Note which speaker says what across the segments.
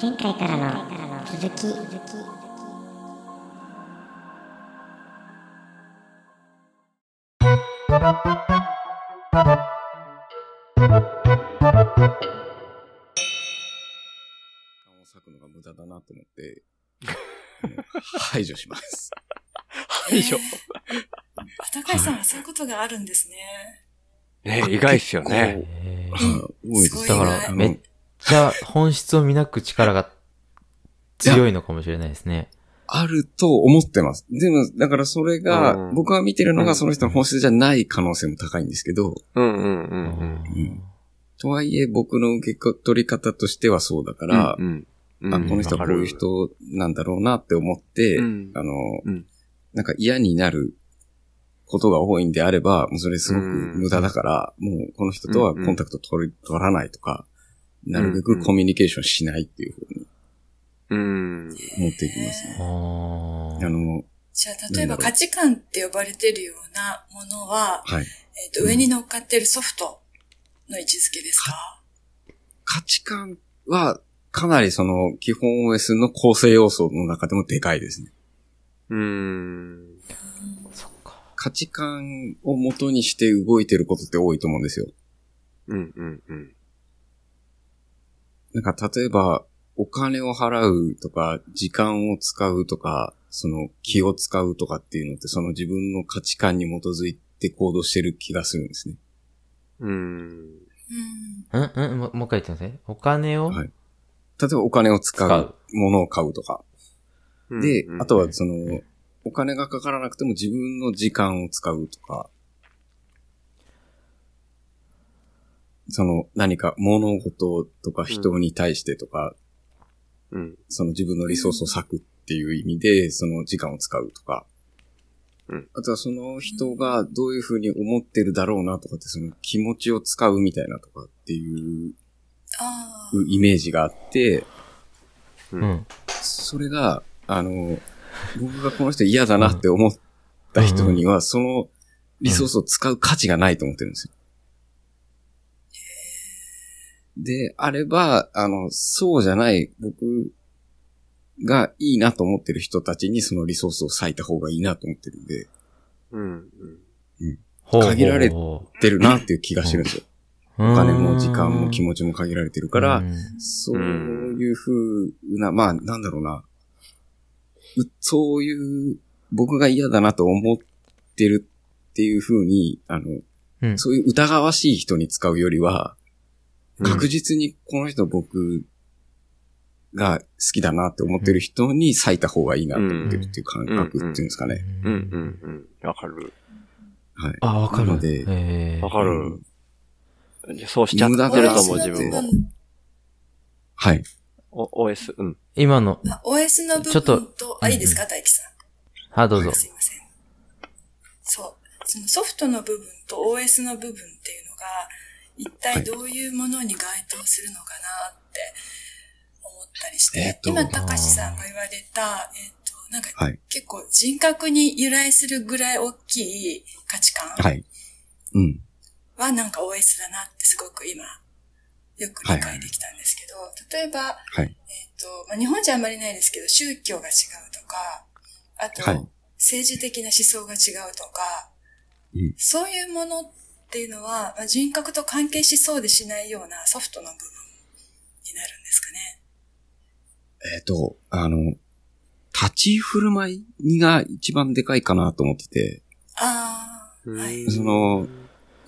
Speaker 1: 前回からの続き
Speaker 2: 時間を割くのが無駄だなと思 って、あの排除します。
Speaker 3: 以上。
Speaker 4: 高橋さんはそういうことがあるんですね。
Speaker 3: ね意外っすよね。
Speaker 2: こう。はい多いですす。
Speaker 4: ごいな
Speaker 2: だから、あの
Speaker 5: めっじゃあ、本質を見抜く力が強いのかもしれないですね。
Speaker 2: あると思ってます。でも、だからそれが、
Speaker 3: うん
Speaker 2: 僕が見てるの
Speaker 3: う
Speaker 2: が
Speaker 3: ん
Speaker 2: その人の本質じゃない可能性も高いんですけど、
Speaker 3: うんうんうんうん。
Speaker 2: んとはいえ僕の受け取り方としてはそうだから、
Speaker 3: うんうん
Speaker 2: あこの人はこういう。人なんだろうなって思って、
Speaker 3: うん
Speaker 2: あの、
Speaker 3: うん
Speaker 2: なんか嫌になることが多いんであれば、もうそれすごく無駄だから、もうこの人とはコンタクト取り取らないとか、なるべ
Speaker 3: うん
Speaker 2: く
Speaker 3: うん
Speaker 2: コミュニケーションしないっていうふう
Speaker 3: うん。
Speaker 2: に持っていきますね。
Speaker 5: あー
Speaker 2: あの、
Speaker 4: じゃあ、例え
Speaker 2: なんだろ
Speaker 4: ば
Speaker 2: う
Speaker 4: 価値観って呼ばれてるようなものは、
Speaker 2: はい。
Speaker 4: えっ、と、上に乗っかってるソフトの位置づけですか、
Speaker 2: 価値観は、かなりその基本 OS の構成要素の中でもでかいですね。
Speaker 3: うん。
Speaker 5: そっか。
Speaker 2: 価値観を元にして動いてることって多いと思うんですよ。
Speaker 3: うんうんうん。
Speaker 2: なんか例えば、お金を払うとか、時間を使うとか、その気を使うとかっていうのって、その自分の価値観に基づいて行動してる気がするんですね。
Speaker 3: うん。
Speaker 4: うん。
Speaker 5: うんうんももう一回言ってください。お金を、
Speaker 2: はい例えばお金を使
Speaker 5: 使
Speaker 2: う
Speaker 5: う、
Speaker 2: 物を買うとか。で、あと
Speaker 3: は、
Speaker 2: はその、お金がかからなくても自分の時間を使うとか、その何か物事とか人に対してとか、
Speaker 3: うん。
Speaker 2: その自分のリソースを割くっていう意味で、その時間を使うとか。
Speaker 3: うん
Speaker 2: あとはその人がどういうふうに思ってるだろうなとかって、その気持ちを使うみたいなとかっていう
Speaker 4: ああ。
Speaker 2: イメージがあって、
Speaker 3: う。
Speaker 5: うんん。
Speaker 2: それが、あの、僕がこの人嫌だなって思った人には、そのリソースを使う価値がないと思ってるんですよ。で、あれば、あの、そうじゃない、僕がいいなと思ってる人たちにそのリソースを割いた方がいいなと思ってるんで、
Speaker 3: うん。
Speaker 5: ほう
Speaker 2: 限られ
Speaker 5: ほ
Speaker 2: 出るなっていう気がしてるんですよ。
Speaker 5: う
Speaker 2: お
Speaker 5: お
Speaker 2: 金も時間も気持ちも限られてるから、
Speaker 5: うん
Speaker 2: そういう風な、まあ、なんだろうな。うそういう、僕が嫌だなと思ってるっていう風に、あの、
Speaker 5: うん
Speaker 2: そういう疑わしい人に使うよりは、
Speaker 3: うん
Speaker 2: 確実にこの人僕が好きだなって思ってる人に割いた方がいいなと思ってるっていう感覚っていうんですかね。
Speaker 3: うんうんうん。わかる。
Speaker 2: はい。
Speaker 5: あ、わか
Speaker 2: な
Speaker 5: る
Speaker 2: の。で
Speaker 5: えー
Speaker 3: わかる。そうしちゃって
Speaker 2: 無駄だ
Speaker 3: ると思う、
Speaker 2: な
Speaker 3: 自分も。
Speaker 2: はい。
Speaker 3: お OS、うん。
Speaker 5: 今の、
Speaker 4: あ OS の部
Speaker 5: ちょっと
Speaker 4: 分と、あ、いいですか、大輝さん。
Speaker 5: あ、どうぞ。
Speaker 4: すいません。そう。そのソフトの部分と OS の部分っていうのが、一体どういうものに該当するのかなって思ったりして、
Speaker 2: えっと
Speaker 4: 今、高志さんが言われた、えっ、と、なんか、
Speaker 2: はい
Speaker 4: 結構人格に由来するぐらい大きい価値観
Speaker 2: はい。うん。
Speaker 4: はなんか OS だなってすごく今、よく理解できたんですけど、例えば、
Speaker 2: はい。
Speaker 4: えっと、まあ、日本じゃあんまりないですけど、宗教が違うとか、あと、
Speaker 2: はい
Speaker 4: 政治的な思想が違うとか、
Speaker 2: うん
Speaker 4: そういうものっていうのは、まあ、人格と関係しそうでしないようなソフトの部分になるんですかね。
Speaker 2: えっ、と、あの、立ち振る舞いが一番でかいかなと思ってて、
Speaker 4: ああ、はい。
Speaker 2: その、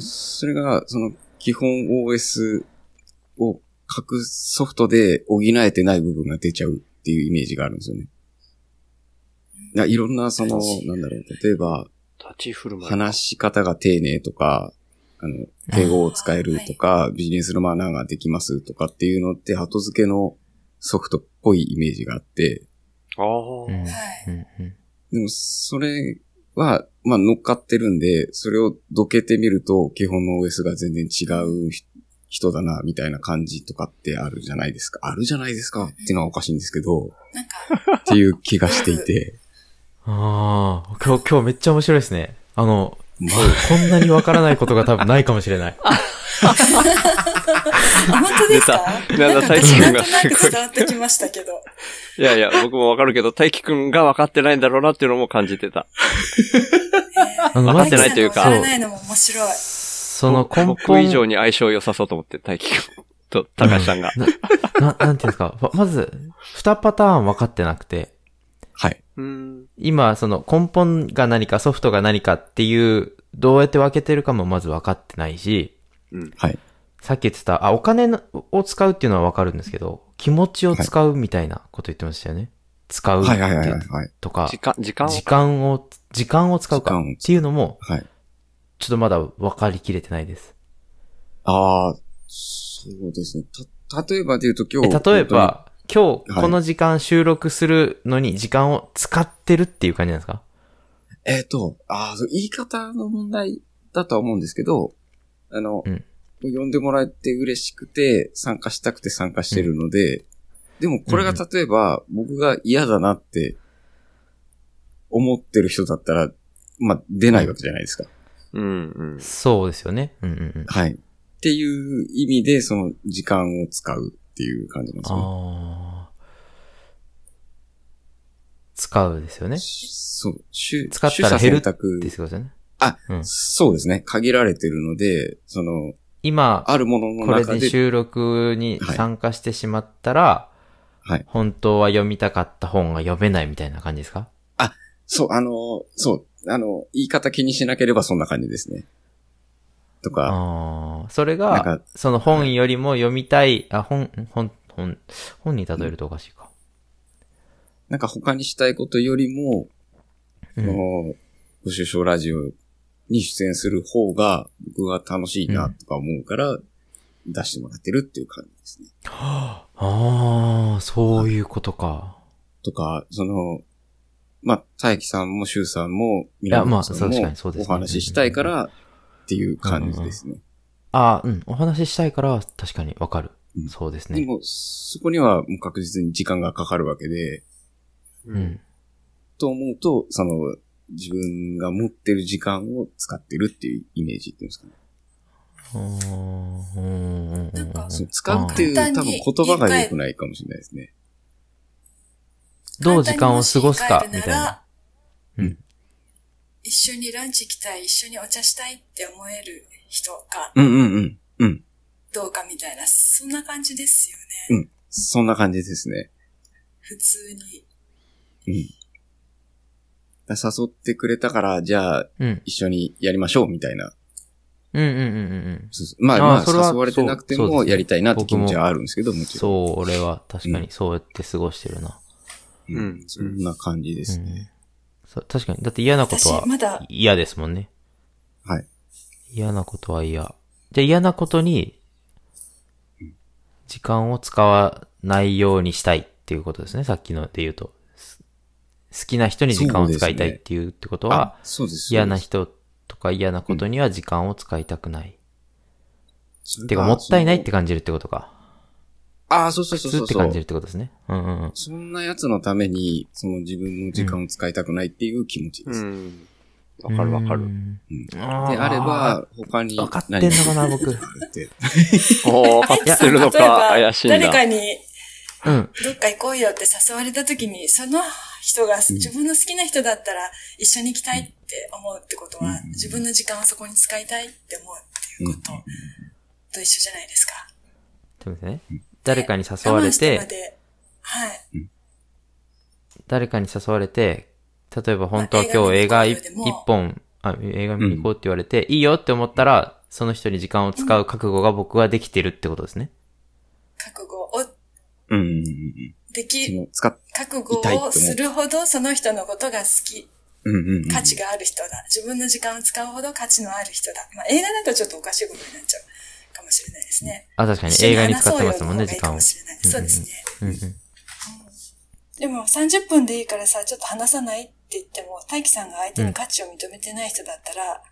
Speaker 2: それが、その、基本 OS を各ソフトで補えてない部分が出ちゃうっていうイメージがあるんですよね。ないろんな、その、なんだろう、例えば、
Speaker 3: 立ち振る舞い。
Speaker 2: 話し方が丁寧とか、あの、敬語を使えるとか、ビジネスのマナーができますとかっていうのって、後付けのソフトっぽいイメージがあって、
Speaker 3: ああ。
Speaker 5: うん
Speaker 4: はい
Speaker 5: うんうん
Speaker 2: でも、それは、まあ、乗っかってるんで、それをどけてみると、基本の OS が全然違うひ人だな、みたいな感じとかってあるじゃないですか。あるじゃないですかっていうのはおかしいんですけど、
Speaker 4: なんか、
Speaker 2: っていう気がしてい て。
Speaker 5: ああ、今日、今日めっちゃ面白いですね。あの、
Speaker 2: ま
Speaker 5: こんなにわからないことが多分ないかもしれない。
Speaker 4: あ本当で
Speaker 3: 出
Speaker 4: すか
Speaker 3: た。なんだ、大
Speaker 4: 私なんん
Speaker 3: 輝く
Speaker 4: と
Speaker 3: が
Speaker 4: な
Speaker 3: す
Speaker 4: く
Speaker 3: ごい
Speaker 4: 伝。わってきましたけど。
Speaker 3: いやいや、僕もわかるけど、大輝くんが分かってないんだろうなっていうのも感じてた。
Speaker 5: あの
Speaker 3: 分かってないという
Speaker 4: 大輝さん
Speaker 3: か
Speaker 4: のわからないのも面白い。
Speaker 5: その根本。
Speaker 3: 僕以上に相性良さそうと思って、大輝くんと高橋さんが。
Speaker 5: な、ななんていうんですか。 ままず、二パターン分かってなくて、
Speaker 2: はい。
Speaker 3: うん。
Speaker 5: 今、その根本が何かソフトが何かっていう、どうやって分けてるかもまず分かってないし、
Speaker 3: うん。
Speaker 2: はい。
Speaker 5: さっき言ってた、あ、お金のを使うっていうのは分かるんですけど、気持ちを使うみたいなこと言ってましたよね。使うって
Speaker 2: はいはいはいはい。はい。
Speaker 5: とか、
Speaker 3: 時間、時間を
Speaker 5: 時間を、時間を使う
Speaker 2: 時
Speaker 5: か
Speaker 2: 間を
Speaker 5: っていうのも、
Speaker 2: はい。
Speaker 5: ちょっとまだ分かりきれてないです。
Speaker 2: ああ、そうですね。た、例えばで言うと今
Speaker 5: え
Speaker 2: 日。
Speaker 5: 例えば、今日
Speaker 2: はい
Speaker 5: この時間収録するのに時間を使ってるっていう感じなんですか
Speaker 2: えっ、と、ああ、そう言い方の問題だとは思うんですけど、あの、
Speaker 5: うん
Speaker 2: 呼んでもらえて嬉しくて、参加したくて参加してるので、でもこれが
Speaker 5: うんう
Speaker 2: 例えば、僕が嫌だなって思ってる人だったら、まあ、出ないわけじゃないですか。
Speaker 3: うん、うん。
Speaker 5: そうですよね。うんうんうん。
Speaker 2: はい。っていう意味で、その時間を使うっていう感じなんですよね。
Speaker 5: ああ。使うですよね。
Speaker 2: そう。主
Speaker 5: 使ったら減る
Speaker 2: 取捨選択
Speaker 5: ですよね。
Speaker 2: あ、
Speaker 5: うん、
Speaker 2: そうですね。限られてるので、その、
Speaker 5: 今、
Speaker 2: あるもの
Speaker 5: こ
Speaker 2: の
Speaker 5: れ
Speaker 2: 中
Speaker 5: で
Speaker 2: で、
Speaker 5: 収録に参加してしまったら、
Speaker 2: はい
Speaker 5: 本当は読みたかった本が読めないみたいな感じですか
Speaker 2: そう、あの、そう、あの、言い方気にしなければそんな感じですね。とか、
Speaker 5: ああ。それ
Speaker 2: なん
Speaker 5: が
Speaker 2: か、
Speaker 5: その本よりも読みたい、あ、本、本、本、本に例えるとおかしいか。
Speaker 2: なんか他にしたいことよりも、
Speaker 5: うん
Speaker 2: この、ご首相ラジオに出演する方が、僕は楽しいなとか思うから、出してもらってるっていう感じですね。
Speaker 5: ああ、そういうことか。
Speaker 2: とか、その、まあ、大輝さんも周さんも、皆
Speaker 5: や
Speaker 2: さん
Speaker 5: まあ確
Speaker 2: も
Speaker 5: かにそうです
Speaker 2: お
Speaker 5: ね
Speaker 2: 話ししたいから、っていう感じですね。
Speaker 5: ああ、うん。お話ししたいから、確かにわかる
Speaker 2: う。ん
Speaker 5: そうです
Speaker 2: で
Speaker 5: ね。
Speaker 2: も、そこにはもう確実に時間がかかるわけで、
Speaker 5: う。ん。
Speaker 2: と思うと、その、自分が持ってる時間を使ってるっていうイメージっていうんですかね。
Speaker 5: うんうんうんうん
Speaker 4: なんか
Speaker 2: その使うっていう
Speaker 4: あー
Speaker 2: 多分言葉が良くないかもしれないですね。
Speaker 5: どう時間を過ごすか
Speaker 4: 簡、単
Speaker 5: み
Speaker 4: に言い換
Speaker 5: たい
Speaker 4: える
Speaker 5: な
Speaker 4: ら。
Speaker 5: うん。
Speaker 4: 一緒にランチ行きたい、一緒にお茶したいって思える人か
Speaker 2: うんうんうん。うん。
Speaker 4: どうかみたいな、そんな感じですよね。
Speaker 2: そんな感じですね。
Speaker 4: 普通に。
Speaker 2: うん。だ誘ってくれたから、じゃあ
Speaker 5: うん。
Speaker 2: 一緒にやりましょうみたいな。
Speaker 5: うんうんうんうんうん。
Speaker 2: そうそうまあ
Speaker 5: あー
Speaker 2: まあ
Speaker 5: それは
Speaker 2: 誘われてなくて
Speaker 5: そうそう
Speaker 2: も
Speaker 5: です
Speaker 2: やりたいなって気持ちはあるんですけど、もちろん。
Speaker 5: そう、俺は確かにそうやって過ごしてるな。
Speaker 3: う
Speaker 2: うん
Speaker 3: うん
Speaker 2: そんな感じですね。
Speaker 5: そう確かに。だって嫌なこと
Speaker 4: 私
Speaker 5: は、
Speaker 4: まだ、
Speaker 5: 嫌ですもんね。
Speaker 2: はい。
Speaker 5: 嫌なことは嫌。じゃあ嫌なことに、時間を使わないようにしたいっていうことですね。さっきので言うと。す好きな人に時間を使いたいっていうってことは
Speaker 2: あ、、そうです。
Speaker 5: 嫌な
Speaker 2: そう
Speaker 5: 人とか嫌なことには時間を使いたくない。
Speaker 2: です、それ
Speaker 5: て
Speaker 2: が
Speaker 5: か、もったいないっ。
Speaker 2: その
Speaker 5: て感じるってことか。
Speaker 2: ああ、そうそうそ
Speaker 5: 普
Speaker 2: う
Speaker 5: 通
Speaker 2: そ
Speaker 5: っ
Speaker 2: う
Speaker 5: て
Speaker 2: そ
Speaker 5: 感
Speaker 2: う
Speaker 5: じる。ってことですね。うんうんうん。
Speaker 2: そんな奴のために、その自分の時間を使いたくないっていう気持ちで
Speaker 3: う
Speaker 2: す。
Speaker 3: ん。わかるわか
Speaker 5: う
Speaker 3: る。
Speaker 5: ん
Speaker 2: うん
Speaker 5: で
Speaker 2: であれ、
Speaker 5: ー
Speaker 2: ば、他に
Speaker 5: わかってん
Speaker 2: 何
Speaker 5: の
Speaker 2: か
Speaker 5: かな、僕。
Speaker 2: って。
Speaker 3: おー、分かってるのか怪しいん
Speaker 4: 例えば誰か
Speaker 3: だ。
Speaker 4: に
Speaker 5: うん。
Speaker 4: どっか行こうよって誘われた時に、その人が自分の好きな人だったら一緒に行きたいって思うってことは、自分の時間をそこに使いたいって思うっていうことと一緒じゃないですか。
Speaker 5: そうですね。誰かに誘われ
Speaker 4: 我慢して
Speaker 5: て
Speaker 4: ま、で、はい。
Speaker 5: 誰かに誘われて、例えば本当は今日映
Speaker 4: まあ
Speaker 5: 画
Speaker 4: 映
Speaker 5: 一
Speaker 4: 画見に行こうよでも
Speaker 5: 一本、あ、映画見に行こうって言われて、いいよって思ったら、その人に時間を使う覚悟が僕はできてるってことですね。
Speaker 4: 覚悟を
Speaker 2: うんうんうんうん。
Speaker 4: で
Speaker 2: そ
Speaker 4: き、
Speaker 2: の、使っ、
Speaker 4: 覚悟
Speaker 2: 痛いって思
Speaker 4: を
Speaker 2: う
Speaker 4: するほどその人のことが好き、
Speaker 2: うんうんうん。
Speaker 4: 価値がある人だ。自分の時間を使うほど価値のある人だ。まあ映画だとちょっとおかしいことになっちゃうかもしれないですね。
Speaker 5: あ、確かに
Speaker 4: 一緒
Speaker 5: 映画に使
Speaker 4: 話
Speaker 5: っ
Speaker 4: そ
Speaker 5: て
Speaker 4: うよ
Speaker 5: ますもんね、時間を。
Speaker 4: の方がいいかもしれないそうですね。
Speaker 5: うんうん。
Speaker 4: でも30分でいいからさ、ちょっと話さないって言っても、大輝さんが相手に価値を認めてない人だったら、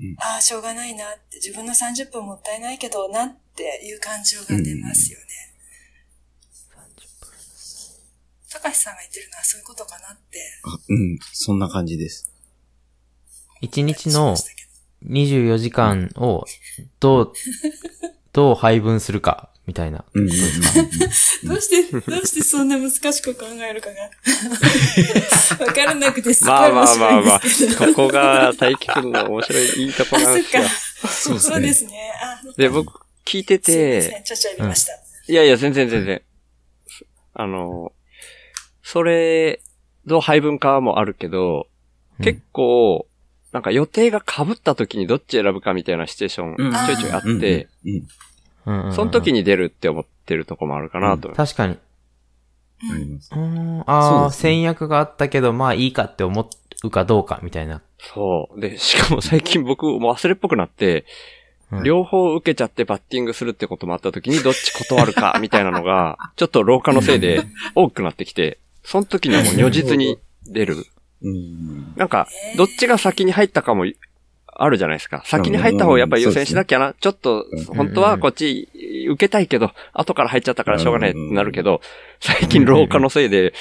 Speaker 2: うん
Speaker 4: ああ、しょうがないなって、自分の30分もったいないけどなっていう感情が出ますよね。高橋さんが言ってるのはそういうことかなって
Speaker 2: あうん。そんな感じです。
Speaker 5: 一日
Speaker 4: し
Speaker 5: の
Speaker 4: ましたけど。
Speaker 5: 24時間をどう、どう配分するかみたいな。
Speaker 2: うんうんうん
Speaker 4: どうして、どうしてそんな難しく考えるか が。わからなくてすごい
Speaker 3: まあま
Speaker 4: 面
Speaker 3: あま
Speaker 4: 白
Speaker 3: あ
Speaker 4: いん
Speaker 3: ま
Speaker 4: で
Speaker 3: あ、
Speaker 4: すけど。
Speaker 3: ここが大輝くんの面白いいいとこ
Speaker 4: あ、
Speaker 3: なん
Speaker 4: そ
Speaker 3: で
Speaker 4: っ
Speaker 3: すよ
Speaker 4: か。。
Speaker 2: そうです
Speaker 4: そう
Speaker 2: ね
Speaker 4: で。すね。あ、
Speaker 3: で、僕聞いて
Speaker 4: すいませ
Speaker 3: て
Speaker 4: ん。、ちゃちゃ入れました。
Speaker 3: いやいや、全然全然。あの、それの配分化もあるけど、
Speaker 5: うん
Speaker 3: 結構、なんか予定が被った時にどっち選ぶかみたいなシチュエーション
Speaker 2: うん
Speaker 3: ちょいちょいあっ
Speaker 2: うん
Speaker 3: て、、
Speaker 2: うん
Speaker 5: うんうんうん
Speaker 3: その時に出るって思ってるとこもあるかなと思います。
Speaker 5: 確かに。
Speaker 2: あります
Speaker 5: うーん、
Speaker 2: そう
Speaker 5: ああ、
Speaker 2: ですね
Speaker 5: 戦略があったけど、まあいいかって思うかどうかみたいな。
Speaker 3: そう。で、しかも最近僕もう忘れっぽくなって、
Speaker 5: うん
Speaker 3: 両方受けちゃってバッティングするってこともあった時にどっち断るかみたいなのが、ちょっと老化のせいで多くなってきて、その時にはもう如実に出る。
Speaker 2: うん。
Speaker 3: なんか、どっちが先に入ったかも、あるじゃないですか。先に入った方をやっぱり優先しなきゃな。ちょっと
Speaker 2: うん、
Speaker 3: 本当はこっち受けたいけど、後から入っちゃったからしょうがないってなるけど、最近老化のせいで、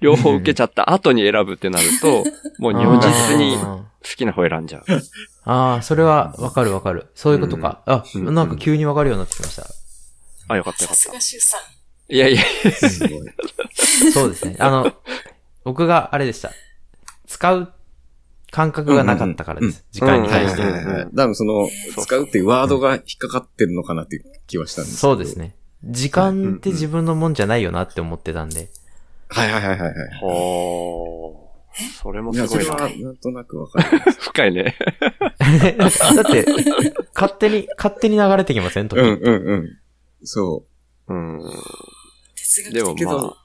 Speaker 3: 両方受けちゃった後に選ぶってなる と、もう如実に好
Speaker 5: あ
Speaker 3: きな方選んじゃう。
Speaker 5: ーあー、それはわかるわかる。そういうことか。あ、
Speaker 3: うん
Speaker 5: なんか急にわかるようになってきました。
Speaker 3: あ、よかったよ
Speaker 4: さ
Speaker 3: かっ
Speaker 4: す
Speaker 3: た。
Speaker 4: が周さん。
Speaker 3: いやいや、
Speaker 2: すごい。
Speaker 5: そうですね。あの、僕があれでした。使う感覚がなかったからです。時間に対して。
Speaker 3: うんうん
Speaker 2: はいはいはい。多分その、使うっていうワードが引っかかってるのかなっていう気はしたんですけど
Speaker 5: そうです。ね。時間って自分のもんじゃないよなって思ってたんで。
Speaker 2: はいはいはいはいはい。
Speaker 3: おー。それも
Speaker 2: い
Speaker 3: す
Speaker 2: や、そ
Speaker 3: ご
Speaker 2: れ
Speaker 3: い
Speaker 2: は
Speaker 3: な。
Speaker 2: なんとなくわかる。
Speaker 3: 深い ね。
Speaker 5: だって、勝手に、勝手に流れてきません時
Speaker 2: うんうんうん。そ
Speaker 3: うん。
Speaker 4: 哲学
Speaker 3: でも
Speaker 2: う。けど、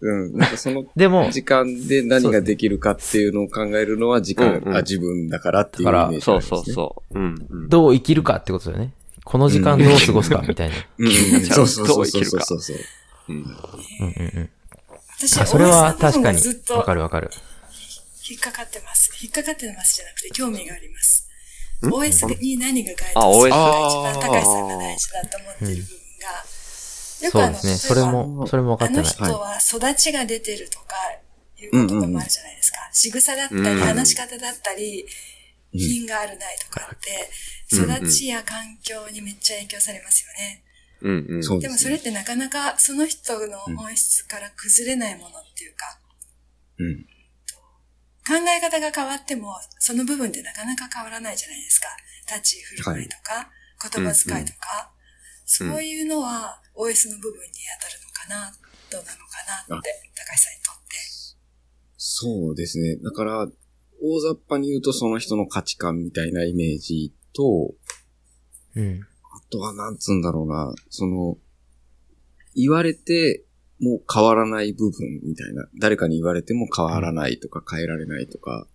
Speaker 2: うん。なんかその
Speaker 5: でも、
Speaker 2: 時間で何ができるかっていうのを考えるのは時間、
Speaker 3: うんうん
Speaker 2: あ自分だからっていうイ
Speaker 5: だ
Speaker 2: メ
Speaker 5: から
Speaker 2: ージ、ね。
Speaker 3: そうそうそう。うん。うん
Speaker 5: どう生きるかってことだよね。この時間どう過ごすかみたいな。
Speaker 2: うんうん。
Speaker 3: ちゃんと
Speaker 2: そうそうそう
Speaker 3: 生きる
Speaker 2: そう
Speaker 3: か
Speaker 2: そうそう。
Speaker 5: うんうんうん。
Speaker 4: 私、
Speaker 5: あそれは確か
Speaker 4: 大
Speaker 5: に
Speaker 4: 江さんの方がずっ、と
Speaker 5: わかるわかる。
Speaker 4: 引っかかってます。引っかかってますじゃなくて、興味があります。OS に何が該
Speaker 3: あ
Speaker 4: 当するか
Speaker 2: OS
Speaker 4: が一番高橋さんが大事だと思ってる部分が、よ
Speaker 5: そう
Speaker 4: くあ
Speaker 5: で
Speaker 4: の、
Speaker 5: すね。そ
Speaker 4: 例
Speaker 5: れ
Speaker 4: えば
Speaker 5: も、それも分か
Speaker 4: あ
Speaker 5: ってな
Speaker 4: の
Speaker 5: い。
Speaker 4: 人は育ちが出てるとか、いうこともあるじゃないですか。仕草だった
Speaker 3: うん
Speaker 4: り、話し方だったり、品があるないとかって、育ちや環境にめっちゃ影響されますよね。
Speaker 3: うんうん。
Speaker 2: そう
Speaker 4: で
Speaker 2: で
Speaker 4: も
Speaker 2: す
Speaker 4: そ
Speaker 2: ね
Speaker 4: れってなかなかその人の本質から崩れないものっていうか、
Speaker 2: うん。
Speaker 4: 考え方が変わっても、その部分ってなかなか変わらないじゃないですか。立ち居振る舞いとか、言葉遣いとか、そういうのは OS の部分に当たるのかな、どうなのかなって、高橋さんにとって。
Speaker 2: そうですね。だから、大雑把に言うとその人の価値観みたいなイメージと、
Speaker 5: うん。
Speaker 2: あとは、なんつうんだろうな、その、言われても変わらない部分みたいな。誰かに言われても変わらないとか変えられないとか。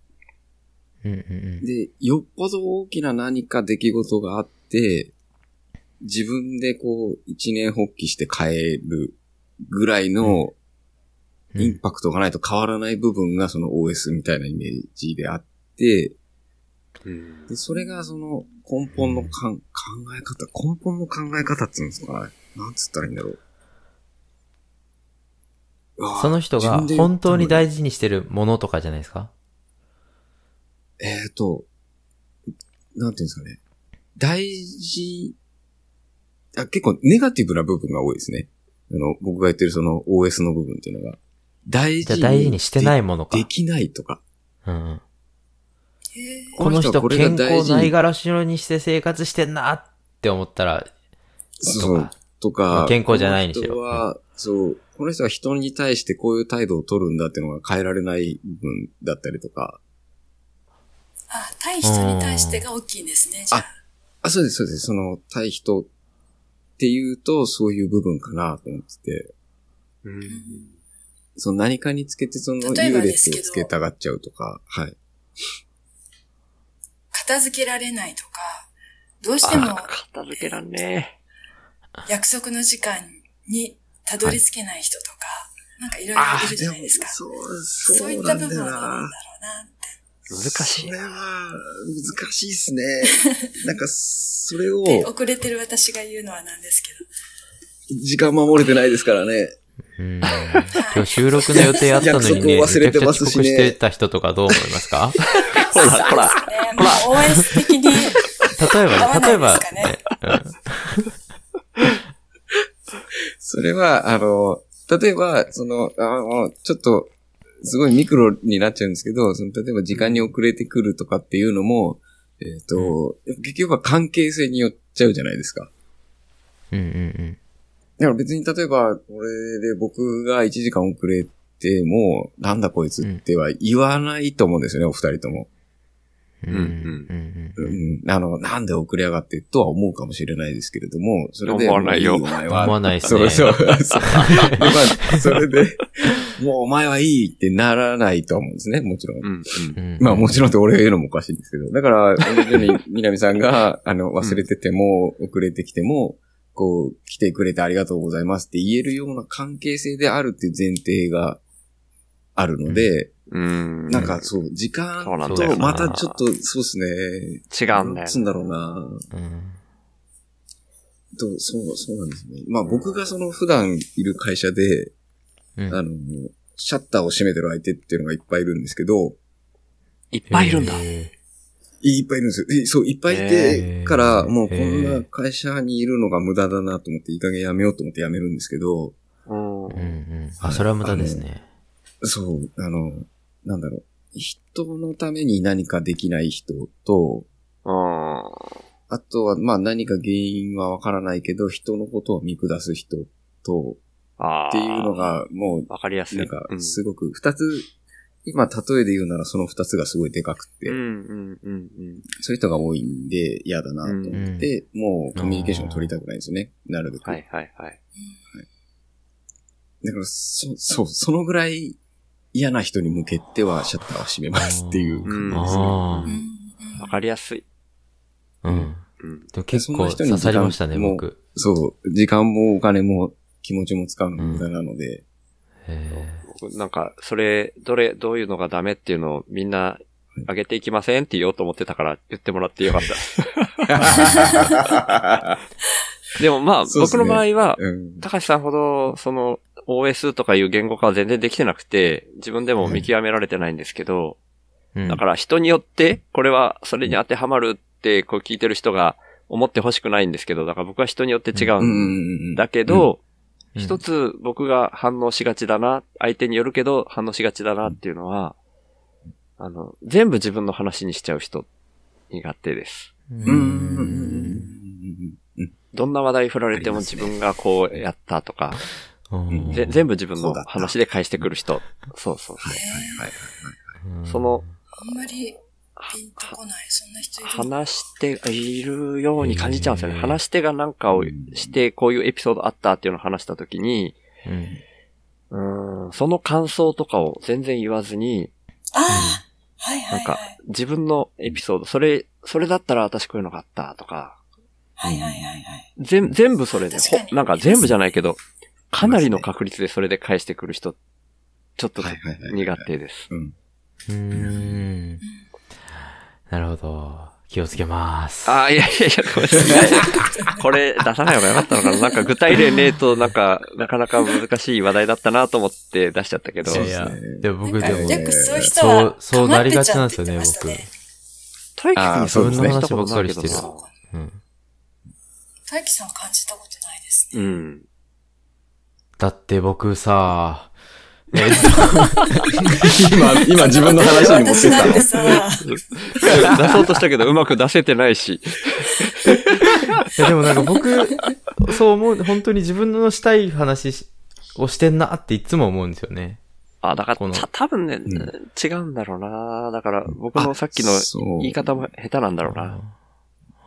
Speaker 5: うんうんうん。
Speaker 2: で、よっぽど大きな何か出来事があって、自分でこう、一年発起して変えるぐらいの
Speaker 5: うん
Speaker 2: インパクトがないと変わらない部分がその OS みたいなイメージであって、
Speaker 3: うん
Speaker 2: で、それがその根本のかん考え方、根本の考え方っていうんですかね。なんつったらいいんだろう。うわぁ
Speaker 5: その人が
Speaker 2: 自分で言ったの
Speaker 5: 本当に大事にしてるものとかじゃないですか
Speaker 2: えっ、と、なんていうんですかね。大事、あ結構ネガティブな部分が多いですね。あの、僕が言ってるその OS の部分っていうのが。大
Speaker 5: じゃ
Speaker 2: 事
Speaker 5: あ大事にしてない
Speaker 2: も
Speaker 5: ものか
Speaker 2: で。きないとか。
Speaker 5: うんうん。
Speaker 4: へー
Speaker 5: この人
Speaker 2: これが
Speaker 5: 健
Speaker 2: 大
Speaker 5: 康
Speaker 2: 事
Speaker 5: ないがらしろにして生活してんなって思ったら、
Speaker 2: そ
Speaker 5: と
Speaker 2: う
Speaker 5: か。
Speaker 2: と
Speaker 5: ま
Speaker 2: か
Speaker 5: あ。健康じゃないにしろ
Speaker 2: この人は、そう。この人は人に対してこういう態度を取るんだっていうのが変えられない部分だったりとか。
Speaker 4: あ、対人に対してが大きいんですね、じゃあ。
Speaker 2: あ、そうです、そうです。その、対人っていうと、そういう部分かなと思ってて、その何かにつけて、その、優
Speaker 4: 例えば
Speaker 2: 劣
Speaker 4: ですけ
Speaker 2: を
Speaker 4: ど
Speaker 2: つけたがっちゃうとか、はい。、
Speaker 4: 片付けられないとか、どうしても
Speaker 3: 片付けらんね
Speaker 4: 約束の時間にたどり着けない人とか、なんかいろいろいるじゃないですか。そうういった部分はどうなんだろうなって。
Speaker 3: え。難しい
Speaker 2: それ。は、難しいっす ね。なんか、それを、
Speaker 4: で、遅れてる私が言うのはなんですけど。
Speaker 2: 時間守れてないですからね。
Speaker 5: うん。 今日収録の予定あったのにね、め
Speaker 2: 約束を忘
Speaker 5: ちゃ
Speaker 2: れ
Speaker 5: く
Speaker 2: て
Speaker 5: ちゃ
Speaker 2: ま
Speaker 5: 遅
Speaker 2: す
Speaker 5: 刻
Speaker 2: しね
Speaker 5: してた人とかどう思いま すか
Speaker 3: ほら、ほら。
Speaker 4: ね、まあ、OS 的に
Speaker 5: 例えばね、例え
Speaker 4: 合
Speaker 5: ば
Speaker 4: わないですかね
Speaker 5: ね、うん
Speaker 2: それは、あの、例えば、その、あの、ちょっと、すごいミクロになっちゃうんですけど、その、例えば時間に遅れてくるとかっていうのも、えっ、と、結局は関係性によっちゃうじゃないですか。
Speaker 5: うんうん
Speaker 2: だから別に例えば、これで僕が1時間遅れても、なんだこいつっては言わないと思うんですよね、お二人とも。
Speaker 5: うん。うんうん
Speaker 2: う
Speaker 5: うん。
Speaker 2: ん、あの、なんで遅れやがってとは思うかもしれないですけれども、それで。
Speaker 3: 思わないよ
Speaker 2: もうお前は。
Speaker 5: 思わないです
Speaker 2: そう
Speaker 5: ね。
Speaker 2: そう。 そうでまあ、それで、もうお前はいいってならないと思うんですね、もちろん。
Speaker 3: うん。
Speaker 5: うん。
Speaker 2: まあもちろんって俺が言うのもおかしいんですけど。だから、同じように南さんが、あの、忘れてても、遅れてきても、こう、来てくれてありがとうございますって言えるような関係性であるっていう前提があるので、
Speaker 3: うん。
Speaker 2: なんかそう、時間
Speaker 3: そうなんだよ
Speaker 2: と
Speaker 3: な
Speaker 2: またちょっと、そうですね。
Speaker 3: 違うんだ
Speaker 2: な
Speaker 3: よ
Speaker 2: んつうんだろうな。
Speaker 5: うん。
Speaker 2: と、そう、そうなんですね。まあ僕がその普段いる会社で、
Speaker 5: うん
Speaker 2: あの、シャッターを閉めてる相手っていうのがいっぱいいるんですけど、
Speaker 3: いっぱいいるんだ。
Speaker 5: へ
Speaker 2: いっぱいいるんですよ。えそう、いっぱいい
Speaker 5: へ
Speaker 2: て
Speaker 5: ー
Speaker 2: から、もうこん
Speaker 5: へ
Speaker 2: な
Speaker 5: ー
Speaker 2: 会社にいるのが無駄だなと思って、いい加減やめようと思ってやめるんですけど、
Speaker 3: うん。
Speaker 5: ーうんうん。あ、それは無駄ですね。
Speaker 2: そう、あの、なんだろう。人のために何かできない人と、
Speaker 3: うん。
Speaker 2: あとは、まあ何か原因はわからないけど、人のことを見下す人と、
Speaker 3: ああ。
Speaker 2: っていうの、が、もう
Speaker 3: わかりやすい。
Speaker 2: なんか
Speaker 3: う、ん
Speaker 2: すごく、二つ、今、例えで言うならその二つがすごいでかくて、
Speaker 3: うんうんうんうん。
Speaker 2: そういう人が多いんで嫌だなと思って、もうコミュニケーション取りたくないんですよね。なるべく。
Speaker 3: はいはいはい。
Speaker 2: だから、そ、そう、そのぐらい嫌な人に向けてはシャッターを閉めますっていう感じですね。
Speaker 5: あ
Speaker 4: うん
Speaker 3: わかりやすい。
Speaker 5: あ。うん。
Speaker 3: うん。
Speaker 5: でも結構
Speaker 2: そんな人に時間
Speaker 5: 刺さりましたね、
Speaker 2: もう
Speaker 5: 僕。
Speaker 2: そう、時間もお金も気持ちも使うのも無駄なので、
Speaker 5: へ
Speaker 3: 僕なんか、それ、どれ、どういうのがダメっていうのをみんな、あげていきませんって言おうと思ってたから言ってもらってよかった。 でもまあ、
Speaker 2: そうです
Speaker 3: 僕
Speaker 2: ね
Speaker 3: の場合は、
Speaker 2: うん。
Speaker 3: 高橋さんほど、その、OS とかいう言語化は全然できてなくて、自分でも見極められてないんですけど、
Speaker 5: え。
Speaker 3: だから人によって、これはそれに当てはまるって、こう聞いてる人が思ってほしくないんですけど、だから僕は人によって違
Speaker 2: うんう
Speaker 3: う
Speaker 2: ん
Speaker 3: ん
Speaker 2: うん。
Speaker 3: だけど、
Speaker 5: うん、
Speaker 3: 一つ僕が反応しがちだな、相手によるけど反応しがちだなっていうのは、あの、全部自分の話にしちゃう人、苦手です。
Speaker 5: うん。
Speaker 2: うんうんうんうんうん。
Speaker 3: どんな話題振られても
Speaker 2: あります
Speaker 3: 自
Speaker 2: ね
Speaker 3: 分がこうやったとか、
Speaker 5: うん
Speaker 3: ぜ全部自分
Speaker 2: そ
Speaker 3: の
Speaker 2: うだった
Speaker 3: 話で返してくる人。そうそうそう。
Speaker 5: うん
Speaker 3: その、
Speaker 4: あんまりピンとこない。そんな人いるの
Speaker 3: 話しているように感じちゃうんですよね。
Speaker 5: へー
Speaker 3: 話し手がなんかをして、こういうエピソードあったっていうのを話したときに、
Speaker 5: う
Speaker 3: う
Speaker 5: ん。
Speaker 3: ーん、その感想とかを全然言わずに、
Speaker 4: ああはいは
Speaker 3: ないん
Speaker 4: は
Speaker 3: か
Speaker 4: い。、
Speaker 3: 自分のエピソード、それ、それだったら私こういうのがあったとか、
Speaker 4: はいはいはいはい。
Speaker 3: 全、全部それで、
Speaker 4: 確かに
Speaker 3: ほなんか全部じゃないけど、かなりの確率でそれで返してくる人、ちょっと
Speaker 2: はいはいはい。
Speaker 3: 苦手です。
Speaker 2: うん。
Speaker 5: うーん。なるほど。気をつけます。
Speaker 3: ああ、いやいやいや、ごめんなさい。これ出さない方がよかったのかななんか具体例ねえと、なんか、なかなか難しい話題だったなと思って出しちゃったけど
Speaker 5: い、やいや、でも僕
Speaker 4: な
Speaker 5: で
Speaker 4: んか、
Speaker 5: も、
Speaker 4: ジャックそういう人
Speaker 5: そう
Speaker 4: は、、
Speaker 5: そうなりが
Speaker 4: ち
Speaker 5: ち
Speaker 4: ゃ
Speaker 5: なん
Speaker 4: っ
Speaker 5: で
Speaker 4: て
Speaker 5: す
Speaker 4: 言って
Speaker 5: よね、
Speaker 4: ました
Speaker 5: 僕。
Speaker 4: ね。
Speaker 3: 大輝
Speaker 2: あ
Speaker 3: 君
Speaker 2: ー
Speaker 3: に
Speaker 2: そうです
Speaker 3: そ
Speaker 2: ね
Speaker 3: んな話ばっかりしてる
Speaker 5: 自分の話ばっかうん。
Speaker 4: 大輝さんは感じたことないですね。
Speaker 3: な。うん。
Speaker 5: だって僕さ、えっ
Speaker 2: 今、今自分の話に持って
Speaker 4: 私
Speaker 2: っ
Speaker 4: な
Speaker 2: た
Speaker 4: ん
Speaker 2: の
Speaker 4: て。さ、
Speaker 3: 出そうとしたけど、うまく出せてないし。
Speaker 5: と、いやでもなんか僕、そう思う、本当に自分のしたい話しをしてんなっていつも思うんですよね。
Speaker 3: あ、だか
Speaker 5: こ
Speaker 3: ら、
Speaker 5: の
Speaker 3: た、多分ね、
Speaker 2: ん
Speaker 3: 違うんだろうなだから、僕のさっきの
Speaker 2: そう
Speaker 3: 言い方も下手なんだろうな。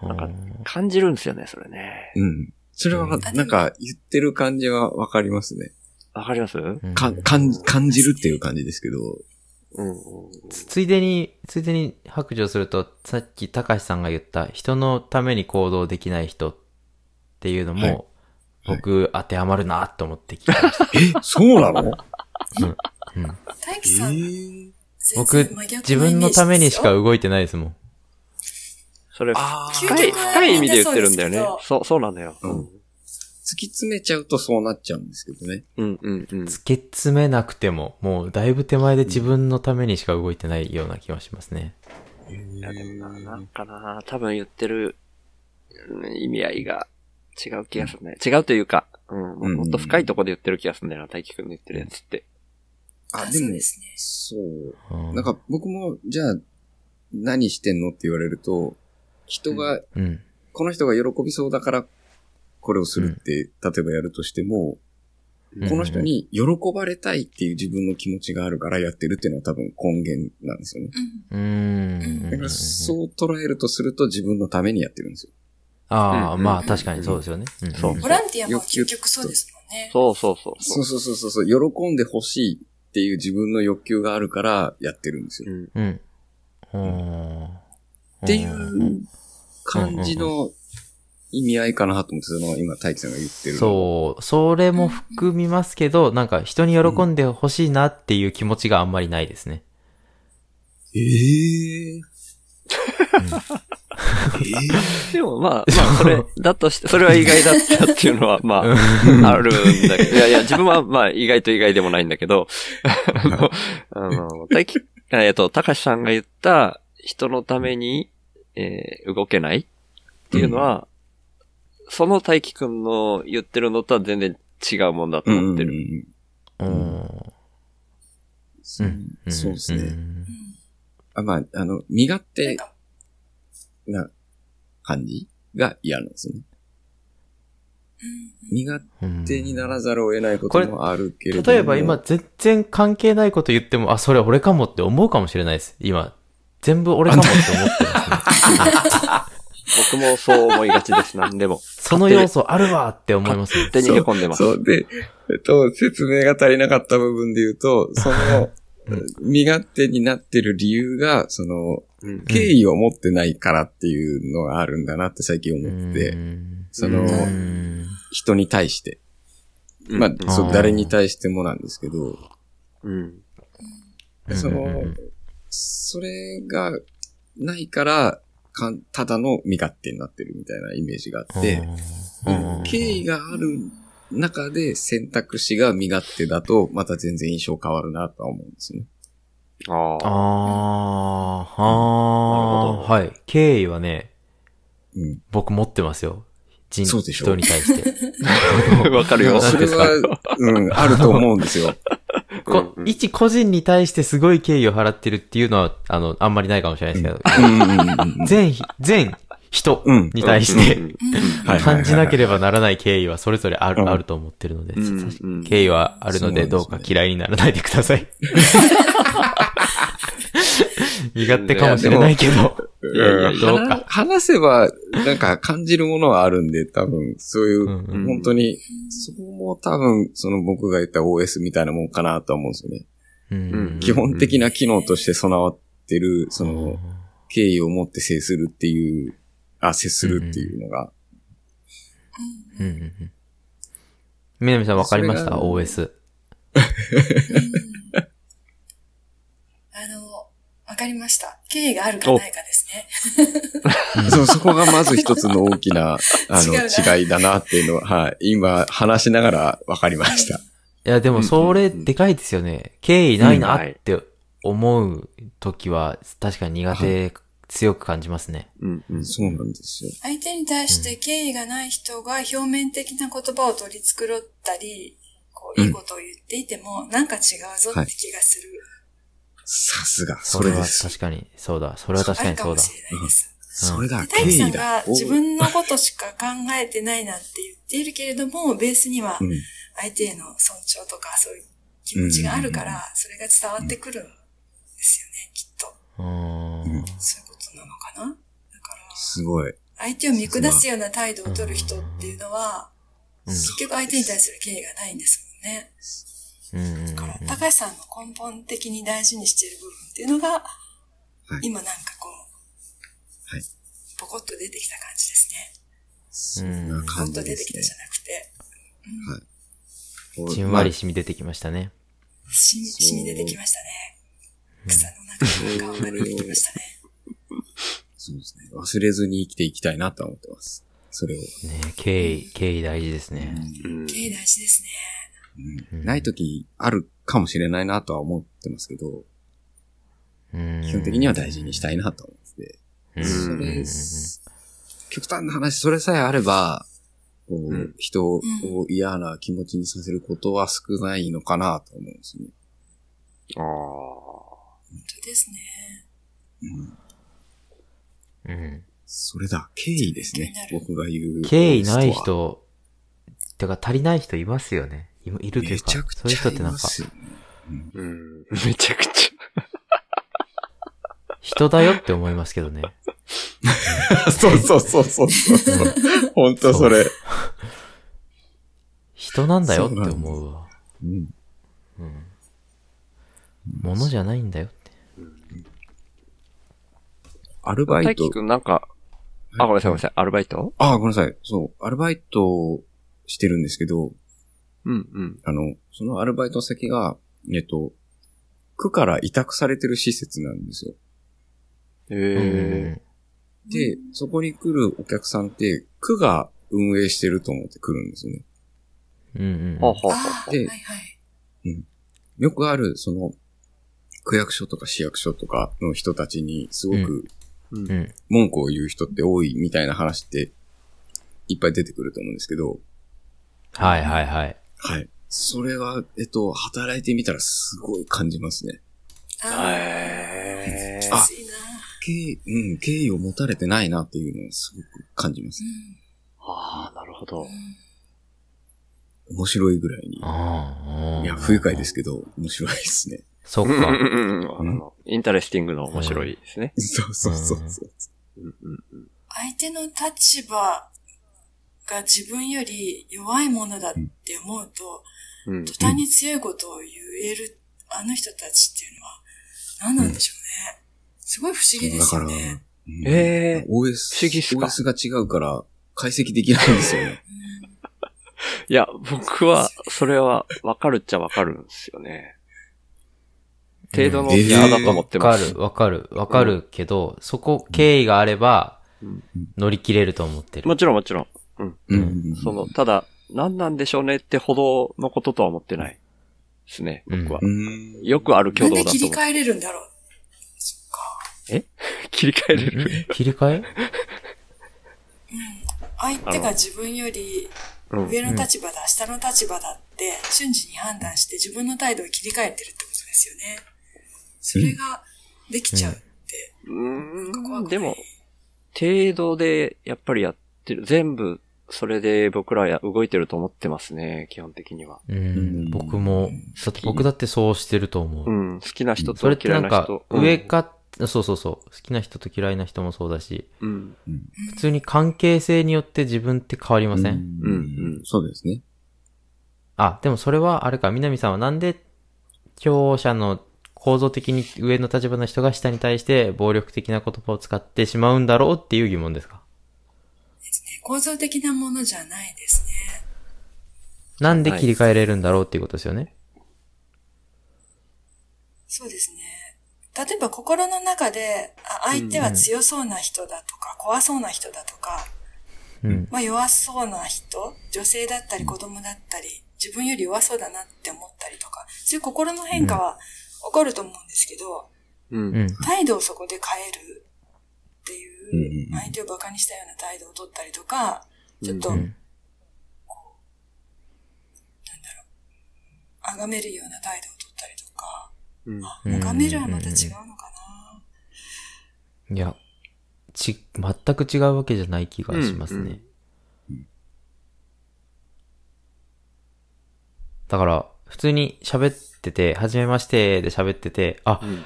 Speaker 3: なんか、感じるんですよね、それね。
Speaker 2: うん。それはわか、なんか、言ってる感じはわかりますね。
Speaker 3: わかりますうん。
Speaker 5: うん
Speaker 2: か、感じ、感じるっていう感じですけど。
Speaker 5: つついでに、ついでに白状すると、さっき高橋さんが言った、人のために行動できない人っていうのも、
Speaker 2: はい
Speaker 5: 僕当てはまるなと思って聞きました。
Speaker 2: え、そうなの
Speaker 5: うん
Speaker 4: 大
Speaker 2: え
Speaker 4: 輝さん、
Speaker 2: ー
Speaker 4: 全
Speaker 5: 僕
Speaker 4: 然真逆のイメージです、よ
Speaker 5: 自分のためにしか動いてないですもん。
Speaker 3: それ、
Speaker 2: あー
Speaker 3: 深い、深い意味で言ってるんだよね
Speaker 4: 究極は。
Speaker 3: そう、そうなんだよ。う
Speaker 2: うんん。突き詰めちゃうとそうなっちゃうんですけどね。
Speaker 3: うん、うん、うん。
Speaker 5: 突き詰めなくても、もうだいぶ手前で自分のためにしか動いてないような気がしますね。
Speaker 3: いや、でもな、なんかな、多分言ってるうん意味合いが違う気がするね。違うというか、うん。もっと深いとこで言ってる気がするんだよな、大輝くんの言ってるやつって。
Speaker 2: あ、で
Speaker 4: そう
Speaker 2: も
Speaker 4: で、すね。
Speaker 2: そう。
Speaker 5: うん。
Speaker 2: なんか僕も、じゃあ、何してんのって言われると、人が、
Speaker 5: うん。
Speaker 2: この人が喜びそうだから、これをするって、例えばやるとしても、
Speaker 5: うん
Speaker 2: この人に喜ばれたいっていう自分の気持ちがあるからやってるっていうのは多分根源なんですよね。
Speaker 4: うん。
Speaker 5: うーん。
Speaker 2: だからそう捉えるとすると自分のためにやってるんですよ。
Speaker 5: ああ、
Speaker 3: うん
Speaker 5: まあ確かにそうですよね。うん
Speaker 3: そう
Speaker 4: ボランティアも結局そうですもんね。
Speaker 3: そうそうそう
Speaker 2: そ
Speaker 3: そうう。
Speaker 2: そうそうそうそう、喜んでほしいっていう自分の欲求があるからやってるんですよ。
Speaker 3: うん。
Speaker 5: うん。うん。っ
Speaker 2: ってい。う感じの意味合いかなと思って、その今、大輝さんが言ってる。
Speaker 5: そう、それも含みますけど、なんか人に喜んでほしいなっていう気持ちがあんまりないですね。
Speaker 2: う。ええ
Speaker 3: でもまあ、まあそれ、だとして、それは意外だったっていうのは、ま あ、あるんだけど、いやいや、自分はまあ意外と意外でもないんだ けど、あの、あの、大輝えっと、高橋さんが言った人のために、えー動けないっていうのは、その大輝くんの言ってるのとは全然違うもんだと
Speaker 2: うん
Speaker 3: 思っ
Speaker 2: うん
Speaker 3: て
Speaker 2: う
Speaker 3: る。
Speaker 2: ん。
Speaker 5: うん。
Speaker 2: そう
Speaker 5: うん
Speaker 2: そうですね。
Speaker 5: ん
Speaker 2: あまあ、あの、身勝
Speaker 4: な
Speaker 2: 手
Speaker 4: んか、
Speaker 2: な感じが嫌なんですよね。身勝
Speaker 5: うん
Speaker 2: 手にならざるを得ないこともあるけれども。
Speaker 5: 例えば今、全然関係ないこと言っても、あ、それ俺かもって思うかもしれないです。今。全部俺かもって思ってます ね。
Speaker 3: 僕もそう思いがちです、なん でも。
Speaker 5: その要素あるわって思いますね。
Speaker 3: 勝手に凹んでます。
Speaker 2: そう。で、えっと、説明が足りなかった部分で言うと、その、身勝手になってる理由が、その、
Speaker 3: うん
Speaker 2: 敬意を持ってないからっていうのがあるんだなって最近
Speaker 5: う
Speaker 2: 思っ
Speaker 5: ん
Speaker 2: てて、その、
Speaker 5: うん
Speaker 2: 人に対して。
Speaker 3: うん
Speaker 2: まあ、そ
Speaker 5: あ
Speaker 2: う、
Speaker 5: ー
Speaker 2: 誰に対してもなんですけど、
Speaker 3: うん。
Speaker 5: うん
Speaker 2: そ
Speaker 5: うんう
Speaker 2: の
Speaker 5: ん、
Speaker 2: それがないから、かんただの身勝手になってるみたいなイメージがあって、
Speaker 5: うん
Speaker 2: 敬意がある中で選択肢が身勝手だと、また全然印象変わるなとは思うんですね。
Speaker 3: あ
Speaker 5: あ
Speaker 3: あ。
Speaker 5: あ、ああ
Speaker 3: なるほ
Speaker 5: ー、
Speaker 3: ど
Speaker 5: はい。敬意はね、
Speaker 2: うん。
Speaker 5: 僕持ってますよ。人、
Speaker 2: そうでしょ
Speaker 5: 人に 対して。
Speaker 3: わかるよ。
Speaker 2: それは、うん、あると思うんですよ。
Speaker 5: こ
Speaker 3: うんうん
Speaker 5: 一個人に対してすごい敬意を払ってるっていうのは、あの、あんまりないかもしれないですけ
Speaker 2: うんうんうんうん
Speaker 5: ど、全ひ、全人
Speaker 2: うん
Speaker 5: に対して
Speaker 3: うん
Speaker 4: うん
Speaker 2: はいはいはいはい
Speaker 5: 感じなければならない敬意はそれぞれあ
Speaker 2: う
Speaker 5: る、
Speaker 2: ん
Speaker 5: あると思ってるので、
Speaker 3: うんうん
Speaker 5: 敬意はある
Speaker 2: そうな
Speaker 5: ので、
Speaker 2: んですね
Speaker 5: どうか嫌いにならないでく ださい。身勝手かもしれないけど。
Speaker 3: いやいや
Speaker 2: うん
Speaker 5: どう
Speaker 2: 話
Speaker 5: か
Speaker 2: 話せば、なんか感じるものはあるんで、多分、そういう、
Speaker 5: うんうん
Speaker 2: 本当に、そこも多分、その僕が言った OS みたいなもんかなとは思うんですよね。
Speaker 5: うん
Speaker 2: 基本的な機能として備わってる、その、敬意を持って接するっていう、あ、接するっていうのが、
Speaker 5: うんうんうんみなみさんわかりまし
Speaker 2: そ
Speaker 5: た
Speaker 2: れが
Speaker 5: ?OS。
Speaker 4: あの、わかりました。敬意があるかないかですね。
Speaker 2: そう、そこがまず一つの大き な、あ
Speaker 4: 違うな
Speaker 2: の、違いだなっていうのは、はい。今、話しながら分かりました。
Speaker 5: いや、でもそれでかいですよね。敬意ないなって思う時は、確かに苦手、強く感じますね。
Speaker 3: うん うん
Speaker 2: そうなんですよ。
Speaker 4: 相手に対して敬意がない人が表面的な言葉を取り繕ったり、こう、いいことを言っていても、なんか違うぞって気がする。
Speaker 2: さすが、そ
Speaker 5: そ
Speaker 2: れ
Speaker 5: れ
Speaker 2: で
Speaker 5: は
Speaker 2: す。
Speaker 5: 確かに、そうだ。それは確
Speaker 4: あ
Speaker 5: か
Speaker 4: る
Speaker 5: に
Speaker 4: か
Speaker 5: そ
Speaker 4: も
Speaker 5: うだ。
Speaker 4: しれないです。
Speaker 2: それだ、
Speaker 4: 大輝さ
Speaker 2: 敬
Speaker 4: ん
Speaker 2: 意
Speaker 4: が
Speaker 2: だ。
Speaker 4: 自分のことしか考えてないなんて言っているけれども、ベースには
Speaker 2: うん
Speaker 4: 相手への尊重とかそういう気持ちがあるから、それが伝わってくるんですよね、きっと。
Speaker 5: うん。
Speaker 4: そういうことなのかなだから、
Speaker 2: すごい。
Speaker 4: 相手を見下すような態度を取る人っていうのは、結局相手に対する敬意がないんですもんね。
Speaker 5: うん
Speaker 4: だから、高橋さんの根本的に大事にしている部分っていうのが、
Speaker 2: はい
Speaker 4: 今なんかこう、
Speaker 2: はい
Speaker 4: ポコッと出てきた感じですね。
Speaker 2: そんな
Speaker 4: ポコ
Speaker 2: 感
Speaker 4: ッと
Speaker 2: じ
Speaker 4: 出
Speaker 2: です
Speaker 4: てきた
Speaker 2: ね
Speaker 4: じゃ。なくて、
Speaker 2: こう
Speaker 5: じんわり染み出てきましたね。
Speaker 4: しみ、しみ出てきましたね。草の中の顔が出てきましたね。
Speaker 2: そうですね。忘れずに生きていきたいなとは思ってます。それを。
Speaker 5: ね敬意、敬意大事ですね。
Speaker 3: うん
Speaker 4: 敬意大事ですね。
Speaker 5: うん
Speaker 2: ない時あるかもしれないなとは思ってますけど、
Speaker 5: 基
Speaker 2: 基本的には大事にしたいなと思ってて。
Speaker 5: うん
Speaker 2: それ、極端な話、それさえあれば、こう
Speaker 3: うん
Speaker 2: 人を嫌な気持ちにさせることは少ないのかなと思うんですね。
Speaker 3: ああ。
Speaker 4: ですね。
Speaker 5: うん。
Speaker 2: それだ、敬意ですね
Speaker 4: 気にな。る
Speaker 2: 僕が言う。
Speaker 5: 敬意ない
Speaker 2: 人は
Speaker 5: 人、てか足りない人いますよね。いいるとい
Speaker 2: め
Speaker 5: うか、
Speaker 2: ちゃく
Speaker 5: そういう
Speaker 2: ちゃ
Speaker 5: 人っ
Speaker 2: い
Speaker 5: てなん
Speaker 2: ま
Speaker 5: か、
Speaker 2: すよ。
Speaker 3: うん。めちゃくち
Speaker 5: 人だよって思いますけどね。
Speaker 2: そうそうそうそうそう。本当それ。
Speaker 5: 人なんだよって思うわ。
Speaker 2: うん
Speaker 5: ものじゃないんだよって。
Speaker 2: アル
Speaker 3: ゃ。
Speaker 2: バ
Speaker 3: 大
Speaker 2: イ
Speaker 3: 輝
Speaker 2: ト。
Speaker 3: くんなんか、あ、ごめんなさいごめんなさい。アルバイト
Speaker 2: ああ、ごめんなさい。そう。アルバイトをしてるんですけど、
Speaker 3: うんうん。
Speaker 2: あの、そのアルバイト先が、えっと、区から委託されてる施設なんですよ。
Speaker 3: ええ。
Speaker 2: で、そこに来るお客さんって、区が運営してると思って来るんですよね。
Speaker 5: うんうん
Speaker 3: はあは
Speaker 4: あ
Speaker 3: あ
Speaker 4: あ、
Speaker 3: はあ。
Speaker 4: はいはい。
Speaker 2: よくある、その、区役所とか市役所とかの人たちに、すごく
Speaker 3: うん
Speaker 5: うん。うん。
Speaker 2: 文句を言う人って多いみたいな話って、いっぱい出てくると思うんですけど、
Speaker 5: はいはいはい。
Speaker 2: はい。それは、えっと、働いてみたらすごい感じますね。
Speaker 4: あ
Speaker 3: ええ
Speaker 4: あ、き。
Speaker 2: あ
Speaker 4: ついな。
Speaker 2: 敬意、うん、敬意を持たれてないなっていうのをすごく感じます。
Speaker 3: ああ、なるほど。
Speaker 2: 面白いぐらいに。
Speaker 5: ああ。
Speaker 2: いや、不愉快ですけど、面白いですね。
Speaker 5: そっ
Speaker 3: うん
Speaker 5: か。
Speaker 3: うんうんあのインタレスティングの面白いですね。
Speaker 2: そうそうそうそう。
Speaker 3: うんうんうん
Speaker 4: 相手の立場が自分より弱いものだって思うと、
Speaker 3: うん
Speaker 4: 途端に強いことを言える、あの人たちっていうのは、何なんでしょうね。すごい不思議で
Speaker 2: だ
Speaker 4: す
Speaker 2: か
Speaker 4: よ
Speaker 2: ら、
Speaker 4: ね。
Speaker 2: うん OS、
Speaker 3: ええ不思議っすか
Speaker 2: OS が違うから、解析できないんですよね。
Speaker 3: いや、僕は、それは、わかるっちゃわかるんですよね。程度の
Speaker 2: うん
Speaker 3: 差だと思って
Speaker 5: わか
Speaker 3: ます。
Speaker 5: る、わかる、わかるけど、そこ、敬意があれば
Speaker 3: うん、
Speaker 5: 乗り切れると思って
Speaker 3: も
Speaker 5: る。
Speaker 3: ちろんもちろん。うん。
Speaker 2: うんん。
Speaker 3: その、ただ、何なんでしょうねってほどのこととは思ってないですね、僕は
Speaker 2: う。ん。
Speaker 3: よくある
Speaker 4: な
Speaker 3: 挙
Speaker 4: ん
Speaker 3: 動
Speaker 4: で
Speaker 3: だと
Speaker 4: 切り
Speaker 3: 思う。
Speaker 4: 替えれるんだろう。
Speaker 3: 切り替えれる。
Speaker 5: 切り替え
Speaker 4: 相手が自分より
Speaker 3: うん。
Speaker 4: 上の立場だ、下の立場だって瞬時に判断して自分の態度を切り替えてるってことですよね。それができちゃうって。
Speaker 3: うーん、でも、程度でやっぱりやってる。全部、それで僕らや動いてると思ってますね、基本的には。
Speaker 5: うん
Speaker 2: ん。
Speaker 5: 僕も、だって僕だってそうしてると思
Speaker 3: う
Speaker 5: う。
Speaker 3: ん、好きな人
Speaker 5: そ
Speaker 3: と
Speaker 5: れって
Speaker 3: 嫌
Speaker 5: な
Speaker 3: な
Speaker 5: いんか
Speaker 3: 人。、うん
Speaker 5: 上。か、そうそうそう。好きな人と嫌いな人もそうだし、
Speaker 3: うん。
Speaker 5: 普通に関係性によって自分って変わりません
Speaker 2: うん
Speaker 3: うん
Speaker 2: そうですね。
Speaker 5: あ、でもそれは、あれか、南さんはなんで、強者の構造的に上の立場の人が下に対して暴力的な言葉を使ってしまうんだろうっていう疑問ですか
Speaker 4: 構造的なものじゃないですね。
Speaker 5: なんで切り替えれるんだろうっていうことですよね。
Speaker 4: そうですね。例えば心の中で、あ相手は強そうな人だとか、怖そうな人だとか、
Speaker 5: うん。
Speaker 4: まあ弱そうな人、女性だったり子供だったり、自分より弱そうだなって思ったりとか、そういう心の変化は起こると思うんですけど、
Speaker 3: う。
Speaker 5: うんん。
Speaker 4: 態度をそこで変えるっていう、
Speaker 2: うんうんうん
Speaker 4: 相手を馬鹿にしたような態度を取ったりとか、ちょっと、
Speaker 5: う
Speaker 4: こうなん
Speaker 5: ん。
Speaker 4: だろう、崇めるような態度を取ったりとか、
Speaker 3: うん。
Speaker 5: うん
Speaker 4: 崇めるはまた違うのか
Speaker 5: いや、ち、全く違うわけじゃない気がします
Speaker 3: うんう
Speaker 5: ね。だから、普通に喋ってて、はじめましてで喋ってて、あ、
Speaker 3: うん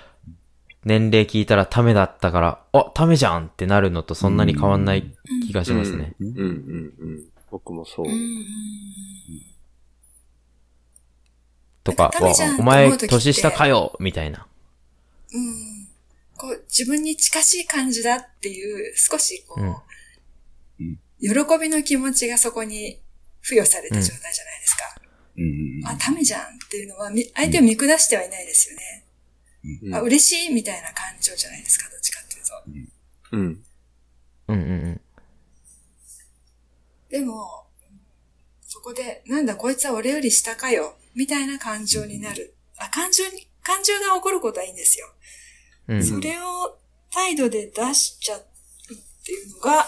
Speaker 5: 年齢聞いたらタメだったから、あ、タメじゃんってなるのとそんなに変わんない気がしますね。
Speaker 3: うんうんうん。僕もそう
Speaker 4: な。。うんうん
Speaker 5: とか
Speaker 4: タメじゃんっ、て
Speaker 5: お
Speaker 4: 思う時って
Speaker 5: 前年下かよみたいな。
Speaker 4: うん。うんこう、自分に近しい感じだっていう、少しこう、
Speaker 5: うん
Speaker 4: 喜びの気持ちがそこに付与された状態じゃないですか。
Speaker 2: うんうん
Speaker 4: あ、ダメじゃんっていうのは、み相手を見下してはいないですよね。
Speaker 3: うん
Speaker 4: あ、嬉しいみたいな感情じゃないですか、どっちかっていうと。
Speaker 3: うん。
Speaker 5: うんうんうん。
Speaker 4: でも、そこで、なんだこいつは俺より下かよ、みたいな感情になる。あ、感情に、感情が起こることはいいんですよ。
Speaker 5: うん。
Speaker 4: それを態度で出しちゃうっていうのが、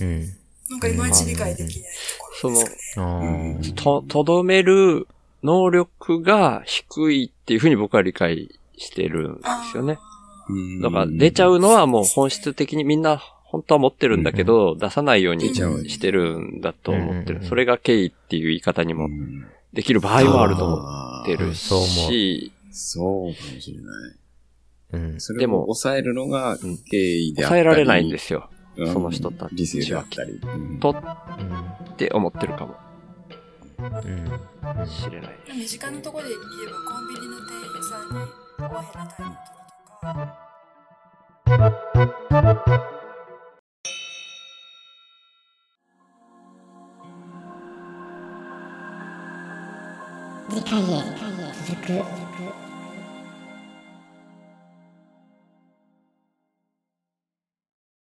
Speaker 5: うん。
Speaker 4: なんかいまいち理解できないところですかね。
Speaker 5: うん
Speaker 2: うん
Speaker 3: と、とどめる能力が低いっていうふうに僕は理解してるんですよね。
Speaker 2: うん
Speaker 3: だから出ちゃうのはもう本質的にみんな本当は持ってるんだけど、出さないように
Speaker 4: 出
Speaker 2: ちゃう
Speaker 3: してるんだと思って
Speaker 5: うんうんう
Speaker 3: る。
Speaker 5: ん
Speaker 3: それが敬意っていう言い方に
Speaker 2: う
Speaker 3: も
Speaker 2: ん。
Speaker 3: できる場合もあると思
Speaker 2: 思
Speaker 3: ってる
Speaker 5: そう思
Speaker 3: し、
Speaker 2: そうかもしれない。
Speaker 5: うん。
Speaker 2: それ
Speaker 3: で
Speaker 2: も
Speaker 3: も
Speaker 2: 抑えるのが
Speaker 3: ん
Speaker 2: 敬意であった
Speaker 3: 抑
Speaker 2: り。
Speaker 3: えられないんですよ。
Speaker 2: うん
Speaker 3: その人たちは
Speaker 2: 理性であったり。うん
Speaker 3: と
Speaker 5: うん。
Speaker 3: って思ってるかも
Speaker 5: うん。
Speaker 3: しれない。
Speaker 4: 身近なところで言えばコンビニの店員さんにおへな態度をとるとか、
Speaker 1: 次回へ続く。